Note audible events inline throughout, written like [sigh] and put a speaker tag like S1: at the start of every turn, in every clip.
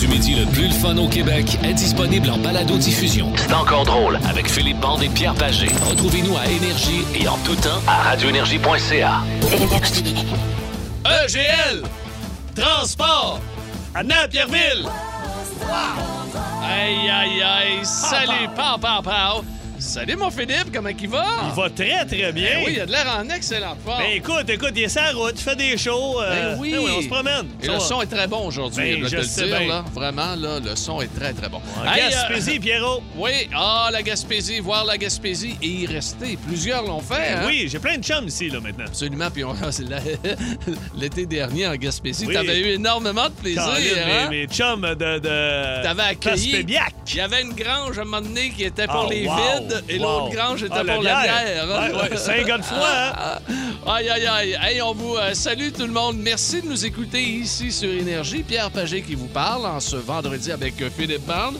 S1: comédie le plus le fun au Québec est disponible en balado-diffusion. C'est encore drôle avec Philippe Bande et Pierre Pagé. Retrouvez-nous à Énergie et en tout temps à radioénergie.ca.
S2: EGL Transport à Napierville. Aïe, aïe, aïe. Salut, pow, pow, pow. Salut, mon Philippe, comment il va?
S3: Il va très, très bien.
S2: Ben oui, il a de l'air en excellente forme.
S3: Ben écoute, écoute, il est sur la route, il fait des shows. euh,
S2: Ben oui.
S3: ben on se promène.
S2: Et
S3: Ça
S2: le
S3: va.
S2: son est très bon aujourd'hui,
S3: Ben,
S2: je
S3: je
S2: vais te
S3: sais
S2: le dire.
S3: bien.
S2: Là, vraiment, là, le son est très, très bon.
S3: En
S2: Hey, euh,
S3: Ah, Gaspésie, Pierrot.
S2: oui, ah, la Gaspésie, voir la Gaspésie et y rester. Plusieurs l'ont fait.
S1: Ben
S2: hein?
S3: Oui, j'ai plein de chums ici, là, maintenant.
S2: Absolument. Puis on- [laughs] c'est la- l'été dernier en Gaspésie,
S3: Oui.
S2: t'avais eu énormément de plaisir.
S3: Caroline,
S2: hein?
S3: mes, mes chums de. de
S2: T'avais accueilli.
S3: Place
S2: Il y
S3: Pébiac.
S2: avait une grange à un moment donné qui était pour
S3: Ah,
S2: les
S3: wow,
S2: vides et
S3: wow.
S2: l'autre grange était
S3: Ah,
S2: pour la bière. hein? Ah,
S3: Ouais, ouais, c'est un gars de froid, hein?
S2: Aïe, aïe, aïe. Hey, on vous euh, salue tout le monde. Merci de nous écouter ici sur Énergie. Pierre Pagé qui vous parle en ce vendredi avec euh, Philippe Bande.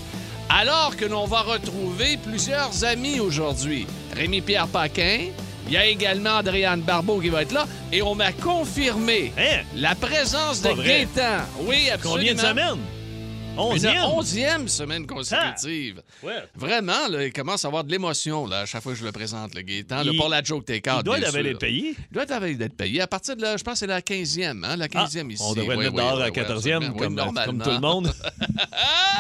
S2: Alors que l'on va retrouver plusieurs amis aujourd'hui. Rémi-Pierre Paquin. Il y a également Adriane Barbeau qui va être là. Et on m'a confirmé
S3: Hein?
S2: la présence de
S3: Pas vrai.
S2: Gaétan. Oui, absolument.
S3: Combien de semaines?
S2: Une
S3: Onzième. Ah!
S2: onzième semaine consécutive.
S3: Ouais.
S2: Vraiment, là, il commence à avoir de l'émotion là, à chaque fois que je le présente, le Gaétan. là,
S3: Il-
S2: pour la joke take out.
S3: Il doit
S2: Ah, bien
S3: l'avait
S2: sûr.
S3: les pays.
S2: Il doit être avec d'être payé. À partir de là, je pense que c'est la 15e, hein, la 15e ici.
S3: Ah, on devrait
S2: Oui,
S3: le mettre
S2: oui,
S3: dehors
S2: oui,
S3: à
S2: oui,
S3: 14e,
S2: absolument. Oui,
S3: comme, euh, comme
S2: normalement.
S3: tout le monde.
S2: [laughs]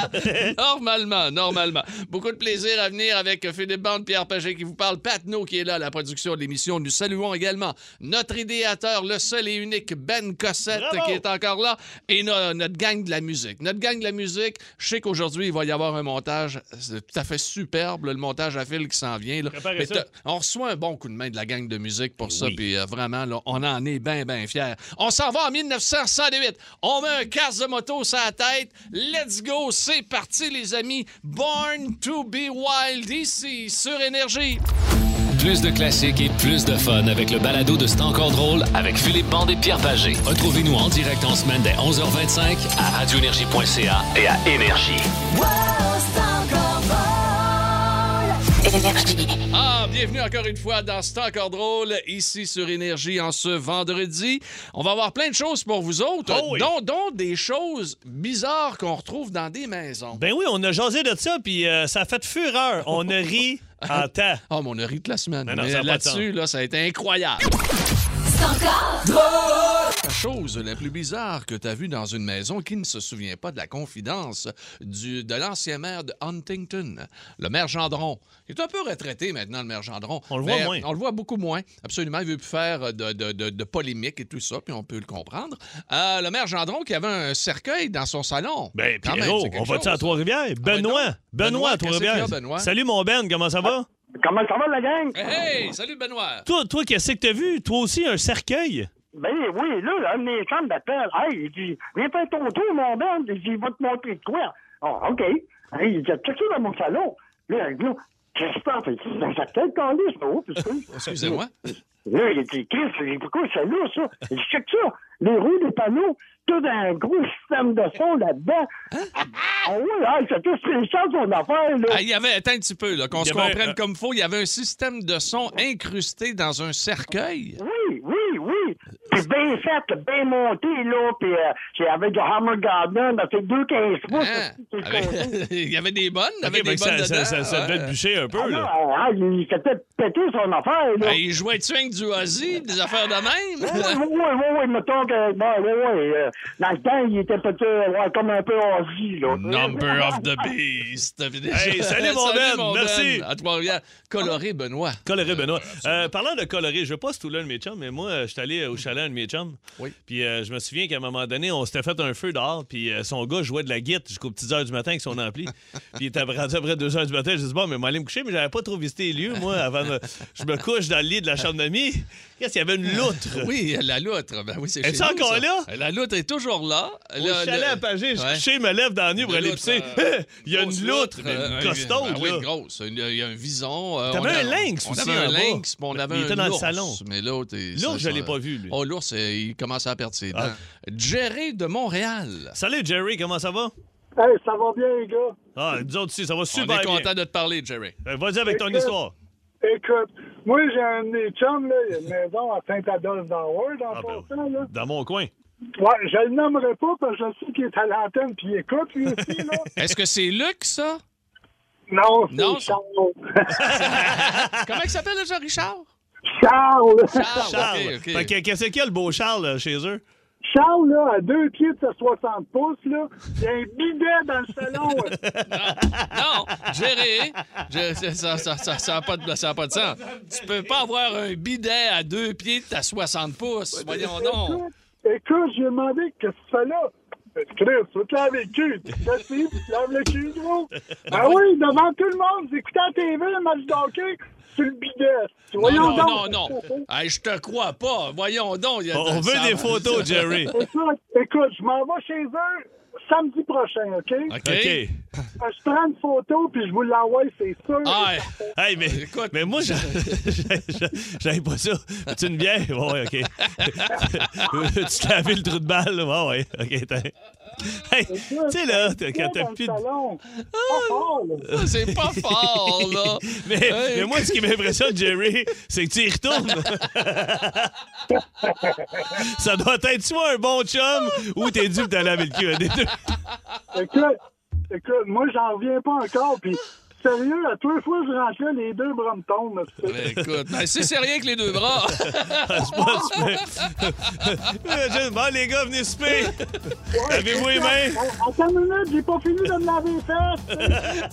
S2: normalement, normalement. Beaucoup de plaisir à venir avec Philippe Bande, Pierre Pagé qui vous parle, Patno qui est là à la production de l'émission. Nous saluons également notre idéateur, le seul et unique Ben Cossette
S3: Bravo!
S2: qui est encore là et no- notre gang de la musique. Notre gang de la musique, je sais qu'aujourd'hui, il va y avoir un montage c'est tout à fait superbe, le montage à fil qui s'en vient. là.
S3: Préparez
S2: Mais
S3: ça.
S2: t'as- on reçoit un bon coup de main de la gang de musique pour ça, puis euh, vraiment, là, on en est bien, bien fiers. On s'en va en 1908. On met un casque de moto sur la tête. Let's go, c'est parti, les amis. Born to be wild ici, sur Énergie.
S1: Plus de classiques et plus de fun avec le balado de C'est encore drôle avec Philippe Bande et Pierre Pagé. Retrouvez-nous en direct en semaine dès 11h25 à radioénergie.ca et à Énergie.
S2: Ah, bienvenue encore une fois dans C'est encore drôle, ici sur Énergie en ce vendredi. On va avoir plein de choses pour vous autres,
S3: Oh oui.
S2: dont, dont des choses bizarres qu'on retrouve dans des maisons.
S3: Ben oui, on a jasé de ça, puis euh, ça a fait fureur. On
S2: [laughs]
S3: a ri en temps.
S2: Oh, mon on a ri de la semaine.
S3: Non, non,
S2: Mais
S3: ça a pas de
S2: là-dessus, là, ça a été incroyable. La chose la plus bizarre que tu as vue dans une maison qui ne se souvient pas de la confidence du, de l'ancien maire de Huntington, le maire Gendron. Il est un peu retraité maintenant, le maire Gendron.
S3: On le voit
S2: Mais,
S3: moins.
S2: On le voit beaucoup moins. Absolument, il veut plus faire de, de, de- de polémique et tout ça, puis on peut le comprendre. Euh, le maire Gendron qui avait un cercueil dans son salon.
S3: Ben,
S2: Quand même,
S3: Pierrot,
S2: c'est quelque
S3: on va-tu à
S2: chose.
S3: Trois-Rivières? Benoît.
S2: donc.
S3: Benoît,
S2: Benoît,
S3: à
S2: qu'est-ce qu'il y a,
S3: Trois-Rivières.
S2: Benoît? Ah.
S3: Salut, mon Ben, comment ça va?
S4: Comment ça va, la gang?
S2: Hey, hey, salut Benoît.
S3: Toi, toi qu'est-ce que t'as vu? Toi aussi, un cercueil?
S4: Ben oui, là, un des chambres d'appel. Hey, il dit, viens faire ton tour, mon Ben. Il dit, il va te montrer de quoi. Ah, OK. Hey, il dit, checké dans mon salon. Là, il dit, Christophe, il dit, dans sa tête, quand est
S2: Excusez-moi.
S4: oh, Là, il dit, Chris, il dit, pourquoi c'est lourd, ça? Il dit, check ça. Les roues, les panneaux, tout un gros système de son là-dedans. Ah oui, hey, c'est tout spécial, son affaire, là.
S2: Ah, il y avait, attends un petit peu, là, qu'on
S3: Il y
S2: se
S3: avait,
S2: comprenne
S3: euh,
S2: comme faut. Il y avait un système de son incrusté dans un cercueil. hein?
S4: Oui, oui, oui. Puis bien fait, bien monté, là. Puis euh, j'ai avec du Hammer Garden, ça fait deux 15 pouces.
S2: Hein?
S4: c'est ce
S2: Avec- [laughs]
S4: qu'on dit.
S2: il y avait des bonnes, il y avait
S3: Ok, ben,
S2: des bonnes
S3: ça, ça,
S2: dedans.
S3: ça- ça
S2: ouais.
S3: devait te bûcher un
S4: Ah,
S3: peu,
S4: non,
S3: là.
S4: ah, il s'est fait péter son affaire, là. Oh,
S2: Ben, il jouait-tu avec du Ozzy, des affaires de
S4: Oui,
S2: même?
S3: [laughs]
S4: oui, oui, oui, oui, mettons que, bon, oui, oui, euh, dans le temps, il était peut-être, ouais, comme un peu hasi, là.
S2: Number of the Beast.
S3: Hey, salut, mon Ben. Merci.
S2: À Trois-Rivières. Coloré, Benoît.
S3: Coloré, Benoît. Euh, parlant de coloré, je ne veux pas tout l'un de mes chums, mais moi, je suis allé au chalet à un de mes chums.
S2: Oui.
S3: Puis euh, je me souviens qu'à un moment donné, on s'était fait un feu dehors, puis euh, son gars jouait de la guitare jusqu'aux petites heures du matin avec
S2: [laughs]
S3: son ampli. puis il était rendu après 2 heures du matin. Je dis bon, mais moi, aller me coucher, mais j'avais pas trop visité les lieux, moi,
S2: [laughs]
S3: avant. de- Je me couche dans le lit de la chambre d'amis. Qu'est-ce qu'il y avait une loutre?
S2: Oui, la loutre. Ben oui, c'est
S3: Est-ce
S2: chez nous,
S3: encore
S2: ça.
S3: là?
S2: La loutre est toujours là.
S3: Au
S2: Le-
S3: chalet
S2: le-
S3: à Pagé, je suis
S2: Ouais.
S3: couché, me lève dans la nuit pour
S2: Une
S3: aller
S2: loutre,
S3: pisser. Hein?
S2: euh,
S3: [laughs] Il y a
S2: grosse
S3: une loutre, mais
S2: euh,
S3: une
S2: un-
S3: costaud,
S2: ben oui,
S3: là.
S2: une grosse. Une- Il y a un vison. euh,
S3: T'avais
S2: on
S3: un
S2: a-
S3: lynx
S2: on
S3: aussi
S2: avait
S3: en
S2: un
S3: bas.
S2: lynx, puis on
S3: Il
S2: avait
S3: était
S2: un
S3: dans le
S2: ours,
S3: salon.
S2: Mais l'autre... il-
S3: L'ours,
S2: ça,
S3: je l'ai
S2: ça-
S3: pas vu, lui.
S2: Oh, l'ours, euh, il commençait à perdre ses dents.
S3: Ah.
S2: Jerry de Montréal.
S3: Salut, Jerry, comment ça va?
S4: Hey, ça va bien, les gars?
S3: Ah, nous autres aussi, ça va
S2: on
S3: super
S2: est
S3: bien.
S2: content de te parler, Jerry.
S3: Euh, Vas-y avec ton
S5: Écoute.
S3: histoire.
S5: Écoute, moi, j'ai un de mes chums, là, il y a une maison à Saint-Adolphe dans Ward, en
S3: Ah, ben
S5: passant, là.
S3: Dans mon coin.
S5: Ouais, je le nommerai pas parce que je sais qu'il est à l'antenne puis il écoute lui aussi, là.
S2: Est-ce que c'est Luc, ça?
S5: Non,
S2: Non, c'est-
S5: c'est Charles.
S2: Comment il s'appelle déjà, Richard?
S5: Charles!
S2: Charles.
S3: Charles.
S2: OK, OK.
S3: Fait que, qu'est-ce qu'il y a le beau Charles là, chez eux?
S5: [laughs] Charles, là, à deux pieds de sa 60 pouces, là, il y a un bidet dans
S2: [laughs]
S5: le salon. ouais.
S2: Non, géré. Je- ça- ça n'a ça, ça, ça a pas, de- ça a pas de sens. Tu peux pas avoir un bidet à deux pieds de ta 60 pouces. Voyons donc.
S5: Écoute, écoute, j'ai demandé qu'est-ce que tu fais là. Euh, Chris, tu te laver le cul. Tu te laves tu te laves le cul, gros. Ah oui, devant tout le monde, vous écoutez à la TV le match d'hockey, sur le bidet.
S2: Non, non,
S5: Voyons
S2: non,
S5: donc.
S2: non.
S5: [laughs]
S2: Hey, je te crois pas. Voyons donc. il y a-
S3: On- On veut
S2: ça- [laughs]
S3: des photos, Jerry.
S5: Écoute, écoute, je m'en vais chez eux samedi prochain, OK? Euh,
S2: OK.
S3: OK.
S5: Je prends une photo puis je vous l'envoie, c'est sûr.
S2: Ah, hey.
S3: Hey, mais,
S2: Écoute.
S3: mais moi, [laughs] j'a- j'a- j'avais pas ça. Veux-tu une bière? Bon, ouais, OK. [laughs] tu te laver le trou de balle? là? Bon, ouais, OK. t'as- Hey, tu sais, là, t'as- quand t'as plus de...
S5: salon.
S2: Ah,
S5: Pas fort, là.
S2: c'est
S3: [laughs]
S2: pas fort, là.
S3: Mais,
S2: Hey.
S3: mais moi, ce qui m'impressionne, Jerry, c'est que tu y retournes. ça doit être soit un bon chum ou t'es dû pour te laver le cul. un des deux.
S5: Écoute, écoute, moi, j'en reviens pas encore. Puis, sérieux, à trois fois, je rentrais les deux bras me tombent. tu sais.
S2: Ben, écoute, ben, si c'est rien que les deux
S3: [laughs]
S2: bras.
S3: C'est pas super. bon, les gars, venez souper. Avez-vous les mains?
S5: Bon, Attends une minute, j'ai pas fini de me laver les fesses. tu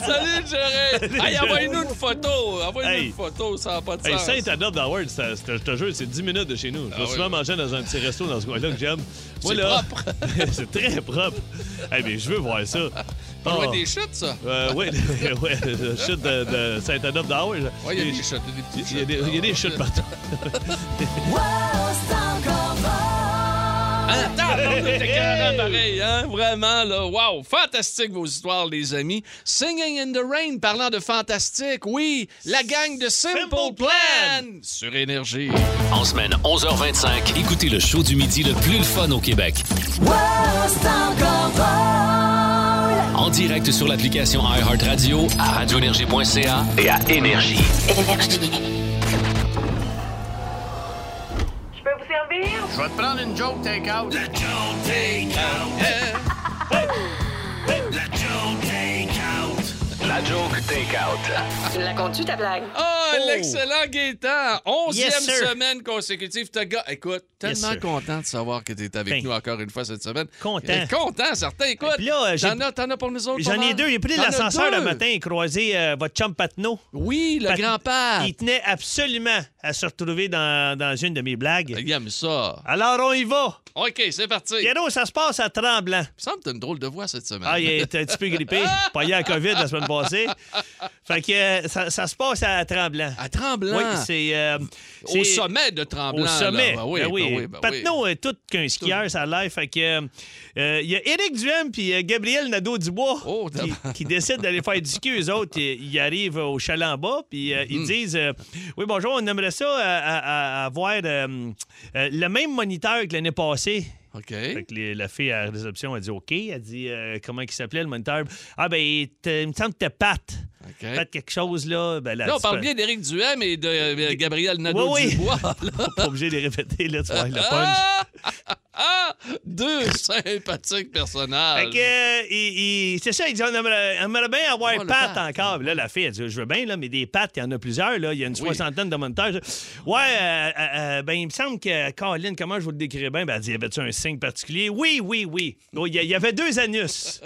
S5: sais.
S2: Salut, Jerry. Hey,
S3: Jerry.
S2: envoie-nous une photo. Envoie-nous
S3: Hey.
S2: une photo, ça n'a pas de
S3: Hey,
S2: sens.
S3: Saint-Adopte d'Howard, ça- c'est- je te jure, c'est 10 minutes de chez nous. Je
S2: Ah
S3: vais
S2: oui,
S3: souvent
S2: oui.
S3: manger dans un petit resto dans ce coin-là que j'aime. Moi,
S2: C'est
S3: là,
S2: propre.
S3: [laughs] c'est très propre. Hey, mais je veux voir ça.
S2: On
S3: Ah.
S2: voit des chutes, ça.
S3: Euh, ouais, [laughs] ouais, la chute de, de Saint-Adopte d'Howard.
S2: Oui, il y a des chutes, il y a des petites
S3: Il y a des, il y a des
S2: [laughs]
S3: chutes partout.
S2: Ah, Attends, on était carrément pareil, hein? Vraiment, là. Wow! Fantastique, vos histoires, les amis. Singing in the Rain, parlant de fantastique. Oui, la gang de Simple
S3: Simple
S2: Plan sur Énergie.
S1: En semaine 11h25, écoutez le show du midi le plus le fun au Québec. En direct sur l'application iHeartRadio, à radioénergie.ca et à Énergie.
S6: Je peux vous servir?
S7: Je vais te prendre une joke take-out.
S1: La joke take-out.
S6: La conduite à blague.
S2: Ah, l'excellent Gaétan! Onzième
S3: Oh! Yes, sir.
S2: semaine consécutive. T'as ga- Écoute,
S3: Yes,
S2: tellement
S3: sir.
S2: content de savoir que t'es avec
S3: Ben.
S2: nous encore une fois cette semaine.
S3: Content.
S2: Eh, Content, certain. Écoute,
S3: Puis là, euh, j'ai-
S2: t'en as, t'en as pour nous autres.
S3: J'en
S2: pas
S3: ai
S2: mal?
S3: deux. J'ai pris
S2: T'en as
S3: l'ascenseur
S2: deux?
S3: le matin et croisé euh, votre chum Patneau.
S2: Oui, le
S3: Pat-
S2: grand-père.
S3: Il tenait absolument à se retrouver dans, dans une de mes blagues.
S2: Il aime ça.
S3: Alors, on y va.
S2: OK, c'est parti. Il me
S3: Pierrot, ça se passe à Tremblant.
S2: semble que t'as une drôle de voix cette semaine.
S3: Ah, il est un petit peu
S2: [laughs]
S3: grippé. Pas eu à COVID la semaine passée. Fait que euh, ça, ça se passe à Tremblant.
S2: À Tremblant.
S3: Oui, c'est. euh,
S2: au
S3: c'est-
S2: sommet de Tremblant.
S3: Au sommet.
S2: là. Ben oui,
S3: Ben
S2: ben oui, ben oui.
S3: Patnaud est tout qu'un skieur, ça a l'air. Fait que. euh, euh, Il y a Éric Duhem puis euh, Gabriel Nadeau-Dubois
S2: Oh,
S3: qui,
S2: tabarnak.
S3: qui décident d'aller faire du ski. Eux autres, ils, ils arrivent au chalet en bas, puis euh,
S2: Mm-hmm.
S3: ils disent euh, Oui, bonjour, on aimerait ça euh, à- à- avoir euh, euh, le même moniteur que l'année passée.
S2: OK.
S3: hein. Fait que les- la fille à la réception a dit OK. Elle dit euh, comment il s'appelait le moniteur. Ah ben il te- il me semble que t'es Pat.
S2: OK.
S3: Pat quelque chose là. Ben, là,
S2: Là, on
S3: tu
S2: parle
S3: fais-
S2: bien d'Éric Duhem et de euh, Gabriel Nadeau-Dubois.
S3: [laughs] Pas obligé de les répéter là, tu vois le punch.
S2: Ah! Ah! Deux
S3: [laughs]
S2: sympathiques personnages.
S3: Fait que, euh, il- il- c'est ça, il dit on aimerait, on aimerait bien avoir
S2: Oh, le
S3: Pat
S2: Pat.
S3: encore. Puis Là, la fille, elle dit Je veux bien, là, mais des pattes, il y en a plusieurs. Là. Il y a une soixantaine de moniteurs. Ouais, euh, euh, euh, ben, il me semble que, Caroline, comment je vous le décrirais bien Ben, elle dit Avais-tu un signe particulier Oui, oui, oui. Oh, Il y, a- il y avait deux anus.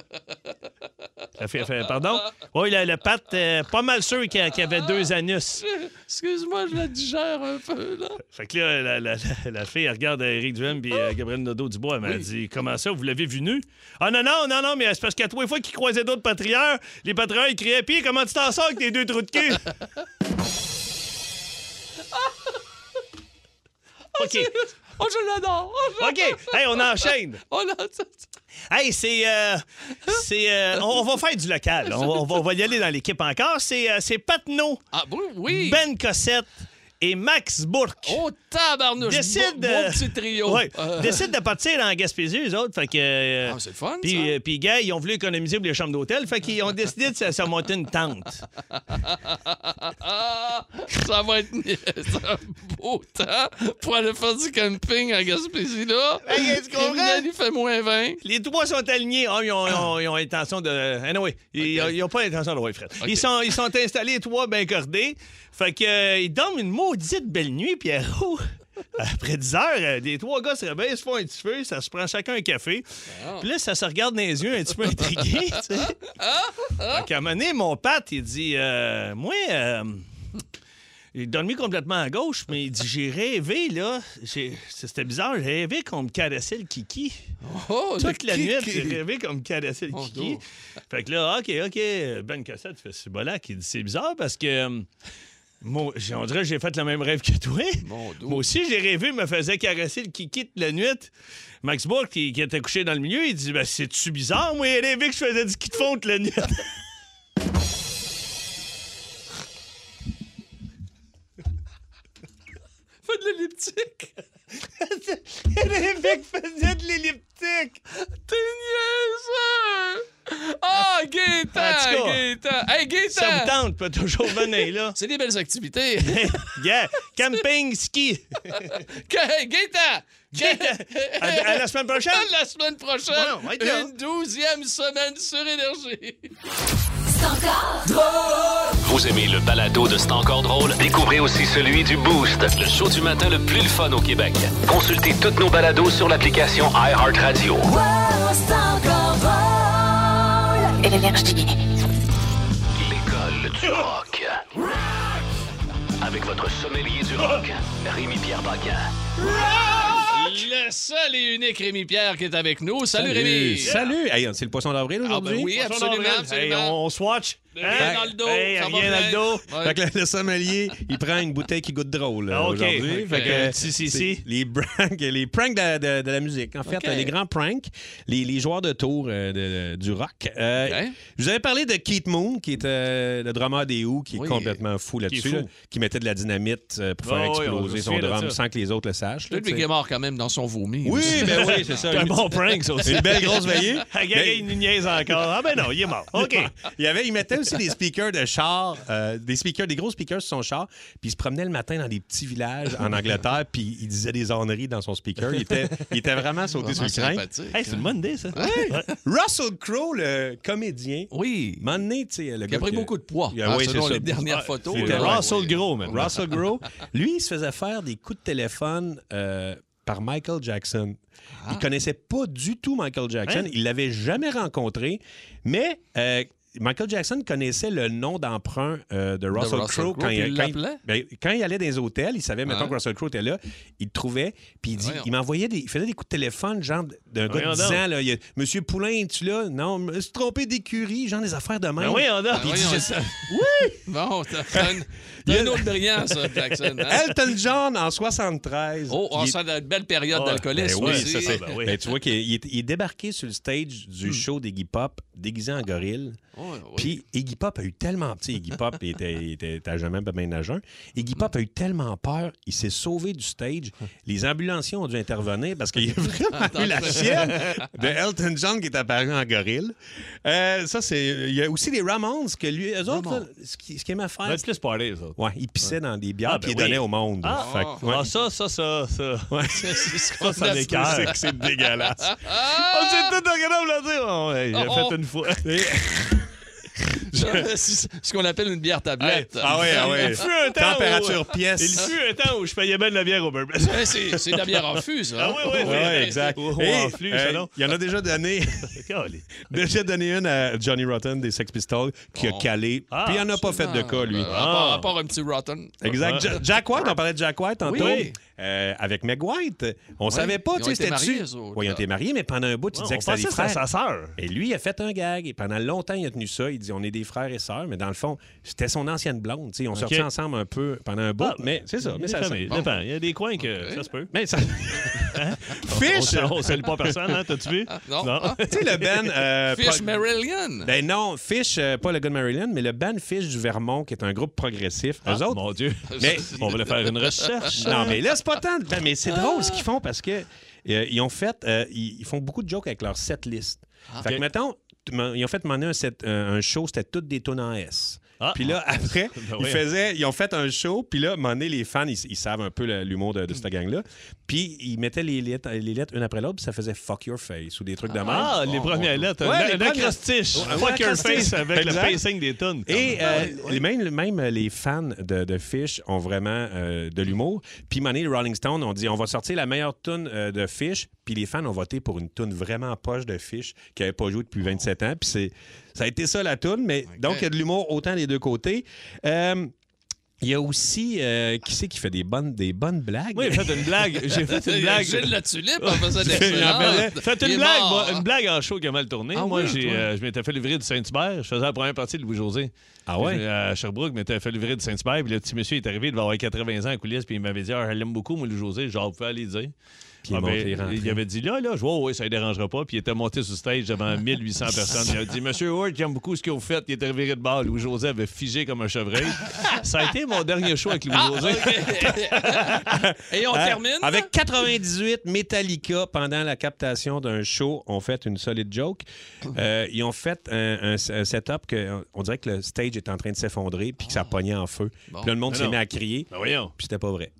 S3: la fille, elle fait Pardon Oui, le, le Pat, euh, pas mal sûr qu'il y a- qu'il y avait deux anus.
S2: Excuse-moi, je la digère un peu, là.
S3: Fait que là, la, la- la- la fille, elle regarde Eric Duhem puis euh, Gabriel Nadeau-Dubois. Elle m'a dit Comment ça, vous l'avez vu nu Ah non, non, non, non, mais c'est parce qu'à tous les fois qu'ils croisaient d'autres patrieurs, les patrieurs, ils criaient Puis comment tu t'en sors avec tes deux trous de cul [laughs] OK,
S2: [laughs] Oh, je l'adore. Oh, je-
S3: OK. Hey, on enchaîne.
S2: Oh, là, ça- ça-
S3: Hey, c'est. euh, c'est euh, on va faire du local. On va, on va- on va y aller dans l'équipe encore. C'est, euh, c'est Patneau,
S2: Ah, bon, oui.
S3: Ben Cossette et Max Bourque.
S2: Oh, tabarnouche!
S3: Décide,
S2: Beau,
S3: euh,
S2: beau petit trio.
S3: Ouais.
S2: Euh,
S3: Décide de partir en Gaspésie, eux autres. Fait que. euh,
S2: Ah, c'est le fun, ça.
S3: Puis, euh, puis, gars, ils ont voulu économiser pour les chambres d'hôtel. Fait qu'ils ont décidé de se, se monter une tente.
S2: Ah, [laughs] ça va être ça va être beau temps pour aller faire du camping à Gaspésie, là.
S3: Hey, tu comprends?
S2: Criminel, il fait moins 20.
S3: [laughs] Les trois sont alignés. Ah, ils ont, ils ont- ils ont intention de. Anyway, ils
S2: Ok.
S3: ils ont pas l'intention de. Ouais, Fred.
S2: Ok.
S3: Ils, sont, ils sont installés, les trois bien cordés. Fait que, euh, ils dorment une maudite belle nuit, Pierrot. [laughs] Après 10 heures, euh, les trois gars se réveillent, se font un petit feu, ça se prend chacun un café. Puis là, ça se regarde dans les yeux, un petit
S2: [laughs]
S3: peu intrigué. tu sais. Fait qu'à un moment donné, mon pat, il dit euh, Moi, euh, il dormi complètement à gauche, mais il dit J'ai rêvé, là. J'ai- C'était bizarre, j'ai rêvé qu'on me caressait le kiki.
S2: Oh,
S3: Toute
S2: le
S3: la nuit,
S2: kiki.
S3: j'ai rêvé comme caresser le
S2: Mon
S3: kiki.
S2: dos.
S3: Fait que là, OK, OK, Ben Cossette fait c'est bolac. Il dit, c'est bizarre parce que... euh, Moi, j'ai- on dirait que j'ai fait le même rêve que toi.
S2: Mon dos.
S3: Moi aussi, j'ai rêvé, me faisait caresser le kiki toute la nuit. Max Bourque, qui, qui était couché dans le milieu, il dit ben, C'est-tu bizarre? Moi, j'ai rêvé que je faisais du ski de fond toute [laughs] la nuit.
S2: Fait de
S3: [laughs]
S2: l'elliptique.
S3: j'ai rêvé que je faisais de l'elliptique.
S2: T'es niaiseux. Ah, Gaétan,
S3: En tout cas,
S2: Gaétan. Hey,
S3: Ça me
S2: Gaétan.
S3: tente, peut toujours venir, [laughs] là.
S2: C'est des belles
S3: [laughs]
S2: activités.
S3: Yeah, camping, ski.
S2: Ga- Gaétan.
S3: Gaétan. À, à la semaine prochaine.
S2: [laughs] La semaine prochaine,
S3: Ouais, on va être là.
S2: une douzième semaine sur Énergie.
S1: Vous aimez le balado de C'est encore drôle? Découvrez aussi celui du Boost, le show du matin le plus le fun au Québec. Consultez toutes nos balados sur l'application iHeartRadio. L'école du rock. Avec votre sommelier du rock, Rémi-Pierre Paquin.
S2: Le seul et unique Rémi Pierre qui est avec nous. Salut, Rémi.
S8: Salut! Hey, c'est le poisson d'avril
S2: Ah ben
S8: aujourd'hui?
S2: oui,
S3: Poisson
S2: absolument,
S3: d'avril. Hey,
S2: absolument.
S3: on, on swatch.
S2: Rien
S8: Hein?
S2: dans le dos,
S3: Hey,
S2: ça va
S3: rien dans
S2: bien.
S3: le dos.
S2: Ouais.
S8: Fait que le, le sommelier, il prend une bouteille qui goûte drôle euh,
S3: Ah, ok.
S8: aujourd'hui.
S3: Ok.
S8: Fait que, euh,
S3: Si, si,
S8: c'est
S3: si.
S8: Les pranks, les pranks de, la- de- de la musique. En fait,
S2: Ok.
S8: euh, les grands pranks, les, les joueurs de tour euh, de- du rock. Euh,
S2: Ok.
S8: Je vous avais parlé de Keith Moon, qui est euh, le drummer des Who, qui
S2: Oui.
S8: est complètement fou
S3: Qui est
S8: là-dessus,
S3: fou.
S8: là, qui mettait de la dynamite euh, pour
S3: Ah, oui,
S8: faire
S3: on se
S8: exploser son
S3: souvient de
S8: drum
S3: ça.
S8: sans que les autres le sachent. là,
S2: Ludwig
S8: tu sais.
S2: est mort quand même dans son vomi. [laughs]
S8: Oui,
S2: aussi.
S8: ben oui, c'est ça.
S3: C'est un
S8: Une-
S3: bon prank, ça aussi.
S8: Une belle grosse
S3: [laughs]
S8: veillée.
S3: Ah, gars,
S8: Ben,
S3: il nous niaise encore. Ah ben non, il est mort. OK.
S8: [laughs] il, y avait, il mettait aussi des speakers de char, euh, des speakers, des gros speakers sur son char, puis il se promenait le matin dans des petits villages en Angleterre, puis il disait des honneries dans son speaker. Il était, il était vraiment sauté sur
S2: Vraiment
S8: le train.
S2: sympathique.
S3: Hey, c'est une bonne idée, ça. Ouais.
S8: Russell Crowe, le comédien,
S2: Oui.
S8: m'a donné, tu sais, le gars.
S2: Il a pris
S8: que-
S2: beaucoup de poids.
S8: Ah
S2: hein,
S8: oui,
S2: selon
S8: c'est
S2: les
S8: ça.
S2: dernières
S8: Ah,
S2: photos.
S8: c'était
S2: là.
S3: Russell
S2: Ouais.
S3: Gros, man.
S8: Russell Crowe, lui, il se faisait faire des coups de téléphone euh, par Michael Jackson.
S2: Ah.
S8: Il connaissait pas du tout Michael Jackson.
S3: Hein?
S8: Il l'avait jamais rencontré. Mais euh, Michael Jackson connaissait le nom d'emprunt euh, de Russell,
S2: Russell
S8: Crowe
S2: Crowe,
S8: quand,
S2: puis il
S8: il- quand il-
S2: l'appelait?
S8: ben, quand il allait dans les hôtels. Il savait, mettons,
S2: Ouais.
S8: que Russell Crowe était là. Il le trouvait. Puis il, dit-
S2: Voyons.
S8: il m'envoyait des. Il faisait des coups de téléphone, genre d'un gars
S3: Voyons
S8: de 10
S3: donc.
S8: ans. Là, il a, Monsieur Poulain, es-tu là? Non, je me suis trompé d'écurie, genre des affaires de même.
S3: Ben oui, on a.
S2: Ben voyons, [laughs] ça- Bon, t'as t'as un, t'as
S8: Il y a-
S2: un autre brillant, ça, Jackson. hein?
S8: Elton John en 73.
S2: Oh, on
S8: Il-
S2: sent une belle période
S3: Ah,
S2: d'alcoolisme
S8: Ben oui,
S2: aussi.
S8: ça, c'est-
S3: Ah, ben oui. Hmm.
S8: ben, tu vois qu'il il est, il est débarqué sur le stage du show d'Iggy Pop déguisé en gorille.
S2: Ouais, ouais.
S8: Puis Iggy Pop a eu tellement. Tu sais, Iggy Pop il était, il était à jamais bien à jeun. Iggy Pop a eu tellement peur, il s'est sauvé du stage. Les ambulanciers ont dû intervenir
S2: [laughs]
S8: parce qu'il a vraiment eu la chienne de Elton John qui est apparu en gorille. Euh, ça, c'est. Il y a aussi les Ramones que lui. Eux autres, là, ce qui- ce qu'ils aimaient
S3: On va
S8: faire.
S3: être plus parler, ça.
S8: Ouais, ils pissaient dans des bières
S3: Ah,
S8: puis
S3: ben
S8: ils donnaient
S3: oui.
S8: au monde.
S3: Ah,
S8: Fait que- ouais.
S3: Ah, ça, ça, ça, ça. [laughs]
S2: C'est ce qu'on
S3: Ça, ça
S2: a fait.
S3: l'écœure.
S8: C'est que c'est dégueulasse.
S3: On s'est tout regardé, on l'a dit. Oh, hey, j'ai
S2: Oh,
S3: fait une fois. [laughs]
S2: [laughs] C'est ce qu'on appelle une bière tablette.
S8: Ah ouais, ah ouais.
S3: Il fut un temps
S8: Température
S3: où- euh,
S8: pièce.
S3: Il fut un temps où je payais bien de la bière au bourbon.
S2: Ben, C'est c'est de la bière en fût, ça.
S3: [laughs]
S2: hein?
S3: Ah oui, oui, oui.
S8: Ouais, exact.
S3: Ou- ou
S8: Et,
S3: en flux,
S8: euh,
S3: selon.
S8: il y en a
S3: [laughs]
S8: déjà donné, déjà donné une à Johnny Rotten des Sex Pistols qui
S2: Bon.
S8: a calé.
S3: Ah,
S8: Puis il n'en a pas fait de cas, lui. Ah.
S2: Euh, à, part, à part un petit rotten.
S3: Ah.
S8: Exact. Ja- Jack White, on parlait de Jack White tantôt.
S2: Oui.
S8: Euh, avec Meg White. On savait pas,
S2: Ils
S8: tu
S2: ont
S8: sais,
S2: été
S8: c'était
S2: mariés,
S8: dessus.
S2: eux autres,
S8: Oui, ils
S2: là.
S8: ont été mariés, mais pendant un bout, tu disais
S3: On
S8: que c'était
S3: pensait
S8: des
S3: que c'était
S8: frères.
S3: sa sœur.
S8: Et lui, il a fait un gag. Et pendant longtemps, il a tenu ça. Il dit on est des frères et sœurs, mais dans le fond, c'était son ancienne blonde. tu sais, on sortait
S3: Ah,
S8: ensemble un peu pendant un bout, mais c'est ça. Mais ça,
S3: Dépend, Il y a des coins que ça se peut. Hein?
S8: mais ça-
S3: Fish!
S8: [laughs] On, on salue pas personne, hein? T'as-tu vu?
S2: Non.
S3: [laughs] Tu sais, le Ben. euh,
S2: Fish
S3: prog-
S2: Marillion.
S3: Ben non, Fish, euh, pas le gars de Maryland, mais le
S8: Ben
S3: band Fish du Vermont, qui est un groupe progressif. Eux autres.
S8: Mon Dieu.
S3: Mais-
S8: on va le faire une
S2: Ah.
S8: recherche.
S3: Non, mais là, c'est pas tant. de- Ben, mais c'est drôle ce qu'ils font parce que euh, ils ont fait. euh, ils, ils font beaucoup de jokes avec leur setlist. Fait que,
S8: Ok.
S3: mettons, tu- m'en- ils ont fait demander un, set- euh, un- un show, c'était toutes des tunes en S.
S8: Ah.
S3: Puis là, après,
S8: [laughs] Ben
S3: ils,
S8: oui.
S3: faisaient, ils ont fait un show, puis là, à un moment donné, les fans, ils, ils savent un peu le- l'humour de, de cette gang-là. Puis ils mettaient les lettres, les lettres une après l'autre, puis ça faisait fuck your face ou des trucs de même.
S8: Ah,
S2: Oh,
S8: les premières lettres.
S3: Ouais,
S8: Le-
S3: les premières-
S8: L'acrostiche.
S3: Ouais,
S8: Fuck your
S3: l'acrostiche.
S8: face avec le
S3: Exact.
S8: pacing des tonnes.
S3: Et euh, les- même, même les fans de, de Fish ont vraiment euh, de l'humour. Puis Money, les Rolling Stones ont dit on va sortir la meilleure tune euh, de Fish. Puis les fans ont voté pour une tune vraiment poche de Fish qui n'avait pas joué depuis 27 ans. Puis c'est, ça a été ça la tune. Mais donc, il y a de l'humour autant des deux côtés. Euh, il y a aussi euh, qui c'est qui fait des bonnes, des bonnes blagues.
S8: Moi, j'ai fait une blague.
S2: [laughs]
S8: J'ai fait une blague.
S2: Gilles La Tulipe en faisant des
S8: Je m'en rappelais. Faites
S2: Il est
S8: une blague,
S2: mort,
S8: moi,
S2: hein. [laughs]
S8: une blague en show qui a mal tourné.
S2: Ah
S8: moi,
S2: oui,
S8: j'ai,
S2: toi.
S8: euh, je m'étais fait livrer du Saint-Hubert. Je faisais la première partie de Louis-José.
S3: Ah ouais?
S8: Je- À Sherbrooke, je m'étais fait livrer du Saint-Hubert. Puis le petit monsieur est arrivé, il devait avoir 80 ans en coulisses. Puis il m'avait dit, ah, je l'aime beaucoup, moi, Louis-José. Genre, vous pouvez aller dire.
S3: Puis il est
S8: Ah,
S3: monté,
S8: ben,
S3: il est rentré.
S8: il avait dit là, là, je vois, ouais, ça ne dérangera pas. Puis il était monté sur stage devant 1800 personnes. Il avait dit Monsieur Ward, j'aime beaucoup ce que vous faites. Il était reviré de bord. Louis-José avait figé comme un chevreuil. ça a été mon dernier show avec
S2: Ah, [laughs]
S8: Louis-José.
S2: ok. Et on
S3: Hein?
S2: termine.
S3: Avec 98 Metallica pendant la captation d'un show, ont fait une solide joke. Euh, ils ont fait un, un- un setup que on dirait que le stage est en train de s'effondrer puis que ça pognait en feu.
S2: Bon.
S3: Puis là, le monde
S8: Ah
S3: s'est
S8: non.
S3: mis à crier.
S8: Ben voyons.
S3: Puis c'était pas
S8: [laughs]
S3: vrai.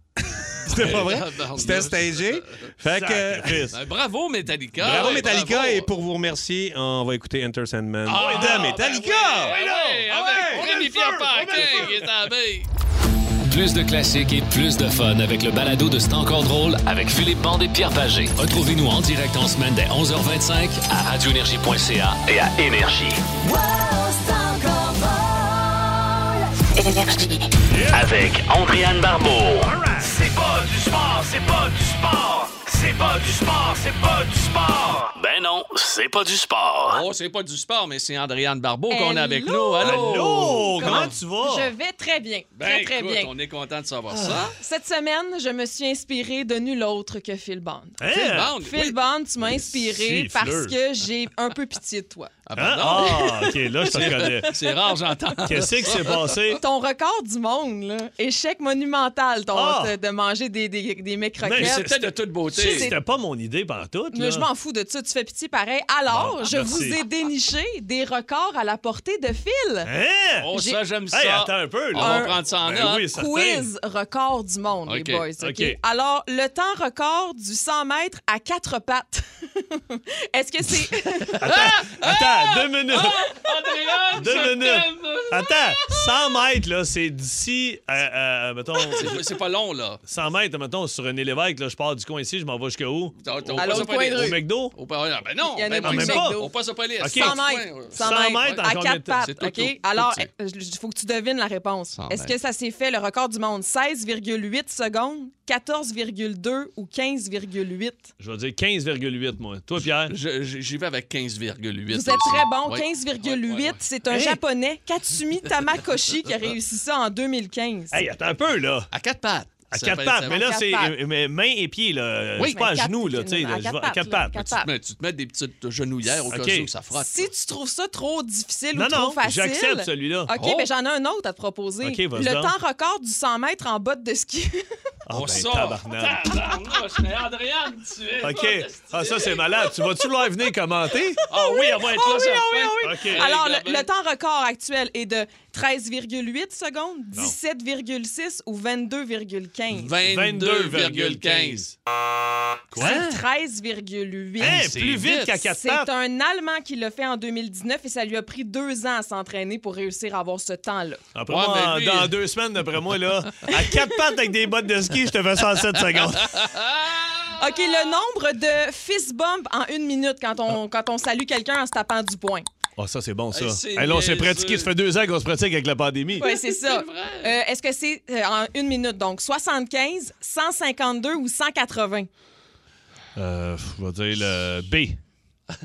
S3: c'était pas vrai.
S2: Tabarnouche.
S3: C'était stagé. Fait que euh,
S8: Sacrifice.
S2: Ben, bravo Metallica.
S3: bravo
S2: Ouais,
S3: Metallica
S2: bravo.
S3: et pour vous remercier, on va écouter Enter Sandman
S2: Ah,
S3: de
S2: ben
S3: Metallica.
S2: oui, ben oui, avec Rémi-Pierre Paquin qui est en veille.
S1: Plus de classiques et plus de fun avec le balado de C'est encore drôle avec Philippe Bande et Pierre Pagé. Retrouvez-nous en direct en semaine dès 11h25 à radioénergie.ca et à Énergie. Avec Andréane Barbeau.
S9: C'est pas du sport, c'est pas du sport. C'est pas du sport, c'est pas du sport.
S1: Ben non, c'est pas du sport.
S2: Oh, c'est pas du sport, mais c'est Andréane Barbeau qu'on a avec
S10: Hello.
S2: nous. Allô?
S8: Allô, comment
S10: Comment-
S8: tu vas?
S10: Je vais très bien.
S2: Ben,
S10: très, très
S2: écoute,
S10: bien.
S2: on est content de savoir ça.
S10: Cette semaine, je me suis inspirée de nul autre que Phil Bond.
S8: Hein?
S2: Phil Bond,
S10: Phil
S2: oui.
S10: Bond, tu m'as
S8: siffleux.
S10: inspirée parce que j'ai un peu pitié de toi.
S2: Ah,
S8: Hein?
S2: ben non.
S8: Ah, OK, là, je te reconnais.
S2: C'est rare, j'entends.
S8: Qu'est-ce qui s'est passé?
S10: Ton record du monde, là, échec monumental ton,
S8: Ah!
S10: de, de manger des, des, des mecs
S8: Mais
S10: croquettes.
S2: C'était de toute beauté.
S8: C'était pas mon idée pantoute.
S10: Mais
S8: là.
S10: je m'en fous de ça, tu fais pitié pareil. Alors,
S8: Bon,
S10: je
S8: merci.
S10: vous ai déniché des records à la portée de Phil.
S8: Hein?
S2: Oh,
S10: J'ai-
S2: ça, j'aime ça.
S8: Hey, attends un peu.
S2: On
S8: Là.
S2: va prendre ça en
S8: Ben
S2: note.
S8: oui, certain.
S10: Quiz record du monde,
S2: OK,
S10: les boys. OK?
S8: OK.
S10: Alors, le temps record du 100 mètres à quatre pattes. [laughs] Est-ce que c'est.
S8: Attends,
S2: Ah!
S8: deux minutes.
S2: Andréane,
S8: Deux
S2: je
S8: minutes.
S2: t'aime.
S8: Attends, 100 mètres, là, c'est d'ici, à, à, mettons,
S2: [laughs] C'est- C'est pas long, là.
S8: 100 mètres, mettons, sur René Lévesque, là, je pars du coin ici, je m'en vais jusqu'où?
S2: T'as- t'as-
S8: Au-
S2: on
S10: l'autre
S2: passe au
S10: coin
S2: palais.
S10: de
S8: Au
S10: rue.
S8: McDo?
S2: Au pa- ouais, Ben non,
S10: Il y en a
S2: ben
S10: pas
S2: non,
S8: ici.
S2: pas.
S10: McDo.
S2: On passe au palais.
S10: 100 mètres.
S8: 100
S10: 100 mètres
S8: mètres en
S10: à
S8: combien de
S10: quatre
S8: temps?
S10: pattes.
S2: C'est tout,
S10: OK?
S2: tout, tout
S10: Alors,
S2: petit.
S10: il faut que tu devines la réponse.
S2: 100
S10: Est-ce que ça s'est fait le record du monde 16,8 secondes, 14,2 ou 15,8?
S8: Je vais dire 15,8, moi. Toi, Pierre?
S2: Je- je- J'y vais avec 15,8.
S10: Vous êtes très bon.
S2: Ouais.
S10: 15,8,
S2: Ouais, ouais, ouais.
S10: c'est un Japonais, Katsumi
S2: [laughs]
S10: Tamakoshi, qui a réussi ça en 2015.
S8: Hey, attends un peu, là.
S2: À quatre pattes.
S8: À
S2: Ça
S8: quatre
S2: fait-
S8: pattes,
S2: ça
S8: mais
S2: fait-
S8: là,
S10: quatre
S8: c'est
S10: pattes.
S8: euh, mais mains et pieds, là.
S10: Oui,
S8: je suis pas à
S10: mais quatre-
S8: genoux, là, tu sais. là,
S10: à
S8: je
S10: quatre
S8: vais- À
S10: pattes,
S8: quatre
S10: là,
S8: pattes.
S10: quatre
S8: mais
S10: pattes.
S2: Ah. Mais tu te mets des petites genouillères au cas
S8: Ok.
S2: où ça frotte.
S10: Si tu trouves ça trop difficile
S8: Non,
S10: ou
S8: non,
S10: trop facile.
S8: j'accepte celui-là.
S10: OK,
S2: Oh.
S10: mais j'en ai un autre à te proposer.
S8: OK, vas-y
S10: le
S8: donc.
S10: temps record du 100 mètres en bottes de ski.
S8: Ah,
S2: On
S8: ben,
S2: sort. [laughs]
S8: tabarnak.
S2: Tabarnouche, mais Andréane, tu es.
S8: OK. Ah, ça, c'est malade. Tu vas-tu leur venir commenter? Ah oui, elle va être là,
S10: oui,
S8: ça.
S10: ah oui, ah oui.
S8: OK.
S10: Alors,
S2: ben,
S10: le,
S2: ben.
S10: le temps record actuel est de 13,8 secondes, 17,6 ou 22,15.
S2: 22,15.
S8: Quoi?
S10: C'est 13,8.
S8: Hey,
S2: c'est
S8: plus vite
S2: vite.
S8: qu'à quatre
S10: C'est
S8: pattes.
S10: un Allemand qui l'a fait en 2019 et ça lui a pris deux ans à s'entraîner pour réussir à avoir ce temps-là.
S8: Après
S2: Ouais,
S8: moi,
S2: mais
S8: en-
S2: lui-
S8: dans deux semaines, d'après moi, là, à quatre pattes avec des bottes de ski, je te fais 107 secondes.
S2: Ah!
S10: OK, le nombre de fist bump en une minute quand on, quand on salue quelqu'un en se tapant du poing.
S8: Ah, ça, c'est bon, ça.
S2: Hey, c'est
S8: Hey, là, on s'est
S2: niaiseux.
S8: pratiqué. Ça fait deux ans qu'on se pratique avec la pandémie.
S10: Oui, c'est ça.
S2: C'est vrai.
S10: Euh, Est-ce que c'est euh, en une minute, donc 75, 152 ou 180?
S8: Euh, je vais dire le B.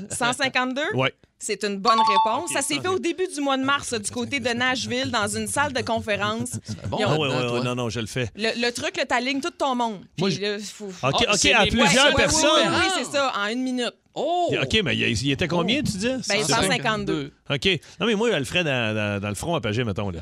S10: 152?
S8: Ouais.
S10: C'est une bonne réponse.
S8: Ok,
S10: ça s'est fait
S8: ok.
S10: au début du mois de mars euh, du côté de Nashville, dans une salle de conférence.
S2: Bon,
S10: Ils ont-
S8: Ah ouais,
S2: maintenant,
S8: ouais,
S2: toi.
S8: non, non, je le fais.
S10: Le, le truc, là, t'alignes tout ton monde.
S2: Moi,
S10: Puis,
S2: je-
S10: là, faut-
S8: OK,
S2: Ah,
S8: OK,
S2: c'est
S8: à
S2: des-
S8: plusieurs
S10: Ouais, ouais,
S8: personnes.
S10: Oui, oui, oui, c'est ça, en une minute.
S2: Oh!
S8: OK, mais il y- il était combien, tu dis?
S10: Ben, 152.
S8: OK. Non, mais moi, je le ferais dans, dans- dans le front à Pagé, mettons. Là.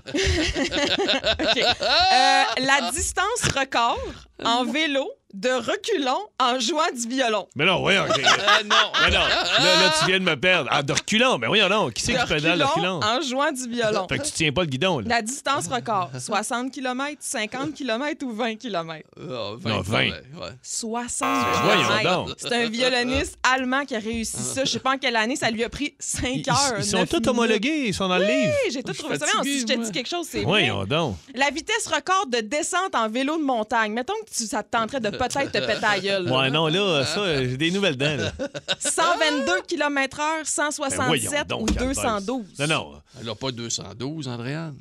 S10: Euh, la distance record en vélo de reculons en jouant du violon.
S8: Mais non, oui, OK.
S2: Ah non!
S8: Mais non, là, là, tu viens de me perdre. Ah, de reculant, mais oui, non. Qui c'est qui
S10: de
S8: pédale de reculant?
S10: reculons en jouant du violon.
S8: Fait que tu tiens pas le guidon, là.
S10: La distance record, 60 km, 50 km ou 20 km?
S2: Ah,
S8: Non,
S2: 20.
S8: vingt.
S2: ouais.
S10: 60
S8: voyons
S10: km.
S8: donc.
S10: C'est un violoniste allemand qui a réussi ça. Je sais pas en quelle année, ça lui a pris 5
S8: Ils,
S10: heures.
S8: ils sont
S10: neuf
S8: tous
S10: minutes.
S8: homologués, ils sont dans le livre.
S10: Oui, j'ai tout trouvé ça. bien.
S2: fatiguée,
S10: si je te
S2: moi.
S10: dis quelque chose, c'est vrai.
S8: Voyons donc.
S10: La vitesse record de descente en vélo de montagne. Mettons que tu, ça te tenterait de peut-être te péter la gueule, là.
S8: Ouais, non, là, ça, euh, j'ai des nouvelles dents. là.
S10: 122 km/h,
S8: Ben, voyons
S10: 167
S8: donc,
S10: ou
S8: Calvaire.
S10: 212.
S8: Non, non.
S2: Elle a pas 212, Andréane.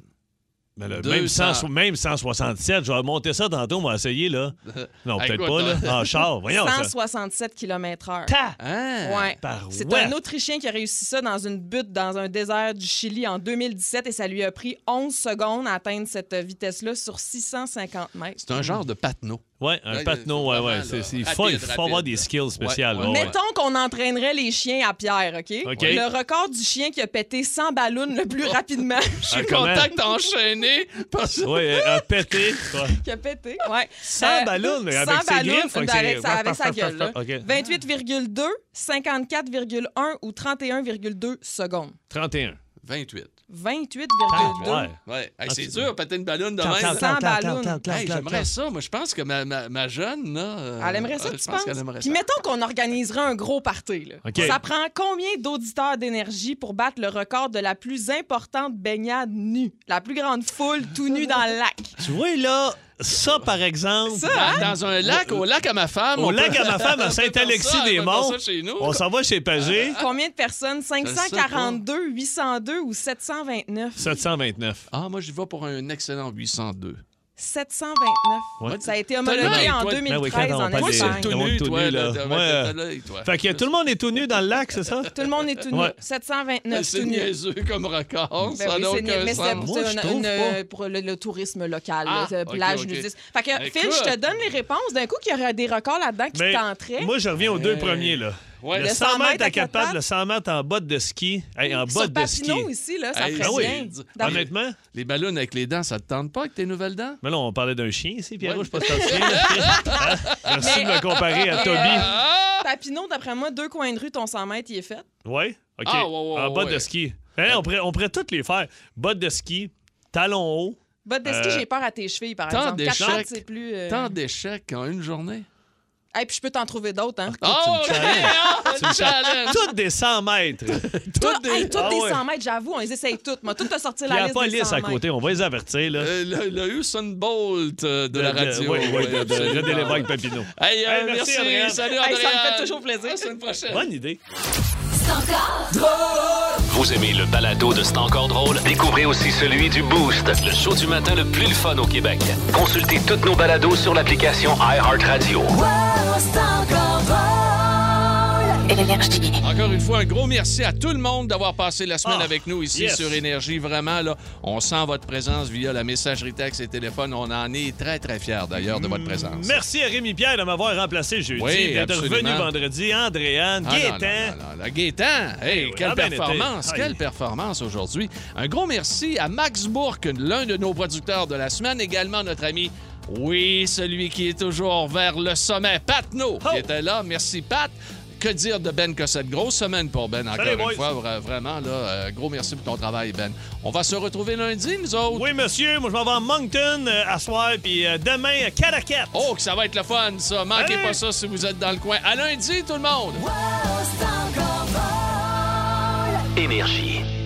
S8: Mais là,
S2: Deux
S8: même,
S2: cents.
S8: 100, même 167, je vais monter ça tantôt, on va essayer, là. Non,
S2: Hey,
S8: peut-être
S2: écoute,
S8: pas, là. En char, voyons ça.
S10: 167 km/h.
S8: Ta!
S2: Hein?
S10: Ah. Ouais.
S8: Par
S10: C'est
S8: ouais.
S10: un Autrichien qui a réussi ça dans une butte dans un désert du Chili en 2017 et ça lui a pris 11 secondes à atteindre cette vitesse-là sur 650 mètres.
S2: C'est un genre de patneau.
S8: Ouais, un
S2: Là,
S8: patneau,
S2: c'est
S8: ouais,
S2: pas
S8: ouais.
S2: mal,
S8: c'est-
S2: là.
S8: c'est- Il faut, il
S2: Rapide,
S8: faut avoir
S2: rapide.
S8: des skills spéciales.
S2: Ouais,
S8: Ah ouais, ouais.
S10: Mettons qu'on entraînerait les chiens à pierre, OK?
S8: OK.
S10: Le record du chien qui a pété 100 ballons le
S8: [laughs]
S10: plus rapidement.
S2: Je suis
S8: Ah, comment?
S2: contact enchaîné parce que
S8: Ouais, euh, à péter.
S10: qui a pété, ouais.
S8: 100
S10: Euh,
S8: ballons, mais
S10: 100
S8: avec ses
S10: ballons, ben,
S8: griffes. faut que c'est-
S10: avec sa- avec sa gueule, là.
S8: OK.
S10: 28,2, 54,1 ou 31,2 secondes.
S8: 31.
S2: 28.
S10: 28,2.
S8: Ouais.
S2: Ouais. Hey,
S8: Ah,
S2: c'est
S8: tu-
S2: dur, péter une ballonne de
S10: clap,
S2: même.
S10: clap. ballons.
S2: Hey, j'aimerais ça. Moi, je pense que ma, ma, ma jeune, là. euh,
S10: Elle aimerait ça,
S2: je
S10: tu
S2: pense
S10: penses?
S2: qu'elle aimerait
S10: Puis
S2: ça.
S10: mettons qu'on organiserait un gros party. là.
S8: OK.
S10: Ça prend combien d'auditeurs d'énergie pour battre le record de la plus importante baignade nue? La plus grande foule tout nue dans le lac.
S8: Tu vois, là, ça, par exemple,
S10: Ça, hein?
S2: Dans, dans un lac, au lac à ma femme.
S8: au
S2: on
S8: lac
S2: peut-
S8: à
S2: [laughs]
S8: ma femme à
S2: on peut faire ça, on
S8: Saint-Alexis-des-Monts,
S2: peut faire ça chez nous. Ah.
S8: on s'en va chez Pagé,
S10: Combien de personnes?
S2: le sais pas.
S10: 542, 802 ou 729?
S8: 729.
S2: Ah, moi, j'y vais pour un excellent 802.
S10: 729.
S8: Ouais.
S10: Ça a été homologué
S2: T'as
S10: en
S2: l'œil, toi. Ben oui,
S10: 2013
S8: quand on
S10: en
S8: parle des-
S10: Espagne.
S8: Tout nu, toi, là.
S2: t'as-
S8: Ouais.
S2: t'as l'œil, toi.
S8: Fait que tout le monde est tout nu dans le lac, c'est ça?
S10: Tout le monde est tout nu.
S8: Ouais.
S10: 729
S2: C'est
S10: tout nu.
S2: niaiseux comme record.
S10: Ben
S2: ça
S10: oui,
S2: n'a
S10: c'est
S2: aucun
S10: mais c'est
S2: sens.
S10: pour,
S8: Moi,
S10: ça,
S8: je
S10: une-
S8: trouve
S10: une- euh,
S8: pas.
S10: pour le, le tourisme local,
S2: Ah,
S10: là, de
S2: ok,
S10: plage
S2: ok. Ben,
S10: nudiste. Fait que,
S2: Écoute.
S10: Phil, je te donne les réponses. D'un coup, qu'il y aurait des records là-dedans qui
S8: Mais
S10: tenteraient.
S8: Ben, moi, je reviens aux deux
S2: Euh,
S8: premiers, là.
S2: Ouais.
S8: le
S10: Le
S8: 100 mètres à quatre pattes,
S10: pattes.
S8: le 100 mètres en botte de ski. Hey, en
S10: Sur
S8: botte de ben ski.
S10: Papineau ici, là, ça
S2: Hey,
S10: ferait
S2: ah oui.
S10: bien.
S2: Ah, mais-
S8: Honnêtement,
S2: Les ballons avec les dents, ça te tente pas avec tes nouvelles dents?
S8: mais là, on parlait d'un chien ici, Pierrot,
S2: Ouais.
S8: je pense que c'est un chien. là. Hein?
S2: Ah.
S8: Merci de me comparer à
S2: [laughs]
S8: Toby.
S10: Papineau, d'après moi, deux coins de rue, ton 100 mètres, il est fait.
S8: Oui? OK.
S2: Ah, ouais, ouais,
S8: en
S2: ouais,
S8: botte
S2: ouais.
S8: de ski. Hey, on, pourrait, on pourrait toutes les faire. Botte de ski, talons hauts.
S10: Botte de ski,
S8: Euh,
S10: j'ai peur à tes chevilles, par
S2: tant
S10: exemple. Quatre
S2: d'échecs.
S10: pattes, c'est plus... euh,
S2: Tant d'échecs en une journée.
S10: Hey, puis je peux t'en trouver d'autres, hein.
S2: Oh, hey,
S8: tu me
S10: [laughs]
S2: oh, une challenge!
S8: Toutes des 100
S2: [laughs]
S8: mètres.
S10: Toi, hey, toutes
S8: Ah
S10: des
S8: ouais.
S10: 100 mètres, j'avoue, on les essaye toutes. Moi, toutes te sortir
S8: Il n'y
S10: la
S8: a
S10: liste
S8: pas
S10: des
S8: lisse
S10: 100
S8: à
S10: mètres.
S8: côté. On va les avertir. Là.
S2: Euh, le, le Usain Bolt euh, de, la radio.
S8: Oui, oui, de, de,
S2: absolument.
S8: René Lévesque Papineau.
S2: Hey, euh,
S8: Hey, merci,
S2: merci,
S8: Adrien.
S2: salut
S10: Hey, ça me
S2: Adrien.
S10: fait toujours plaisir.
S2: À la semaine prochaine.
S8: Bonne idée.
S1: Vous aimez le balado de C'est encore drôle? Découvrez aussi celui du Boost, le show du matin le plus le fun au Québec. Consultez toutes nos balados sur l'application iHeartRadio.
S2: Encore une fois, un gros merci à tout le monde d'avoir passé la semaine
S8: Ah,
S2: avec nous ici
S8: yes.
S2: sur Énergie. Vraiment, là, on sent votre présence via la messagerie texte et téléphone. On en est très, très fiers d'ailleurs de votre présence.
S8: Mm, Merci à Rémi Pierre de m'avoir remplacé jeudi,
S2: Oui,
S8: d'être
S2: absolument.
S8: revenu vendredi. Andréane,
S2: Ah, non,
S8: Gaétan.
S2: non, non, non, non. Gaétan, hey,
S8: oui,
S2: quelle
S8: ah, ben,
S2: performance,
S8: été.
S2: quelle
S8: Aïe.
S2: performance aujourd'hui. Un gros merci à Max Bourque, l'un de nos producteurs de la semaine, également notre ami, oui, celui qui est toujours vers le sommet, Pat No,
S8: Oh.
S2: qui était là. Merci, Pat. Que dire de Ben Cossette? Grosse semaine pour Ben, encore
S8: Salut,
S2: une
S8: boys.
S2: fois. Vra- Vraiment, là, euh, gros merci pour ton travail, Ben. On va se retrouver lundi, nous autres.
S8: Oui, monsieur, moi je m'en vais à Moncton euh, à soir, puis euh, demain à Caracat.
S2: Oh, que ça va être le fun, ça. Manquez
S8: Allez.
S2: pas ça si vous êtes dans le coin. À lundi, tout le monde!
S1: Énergie.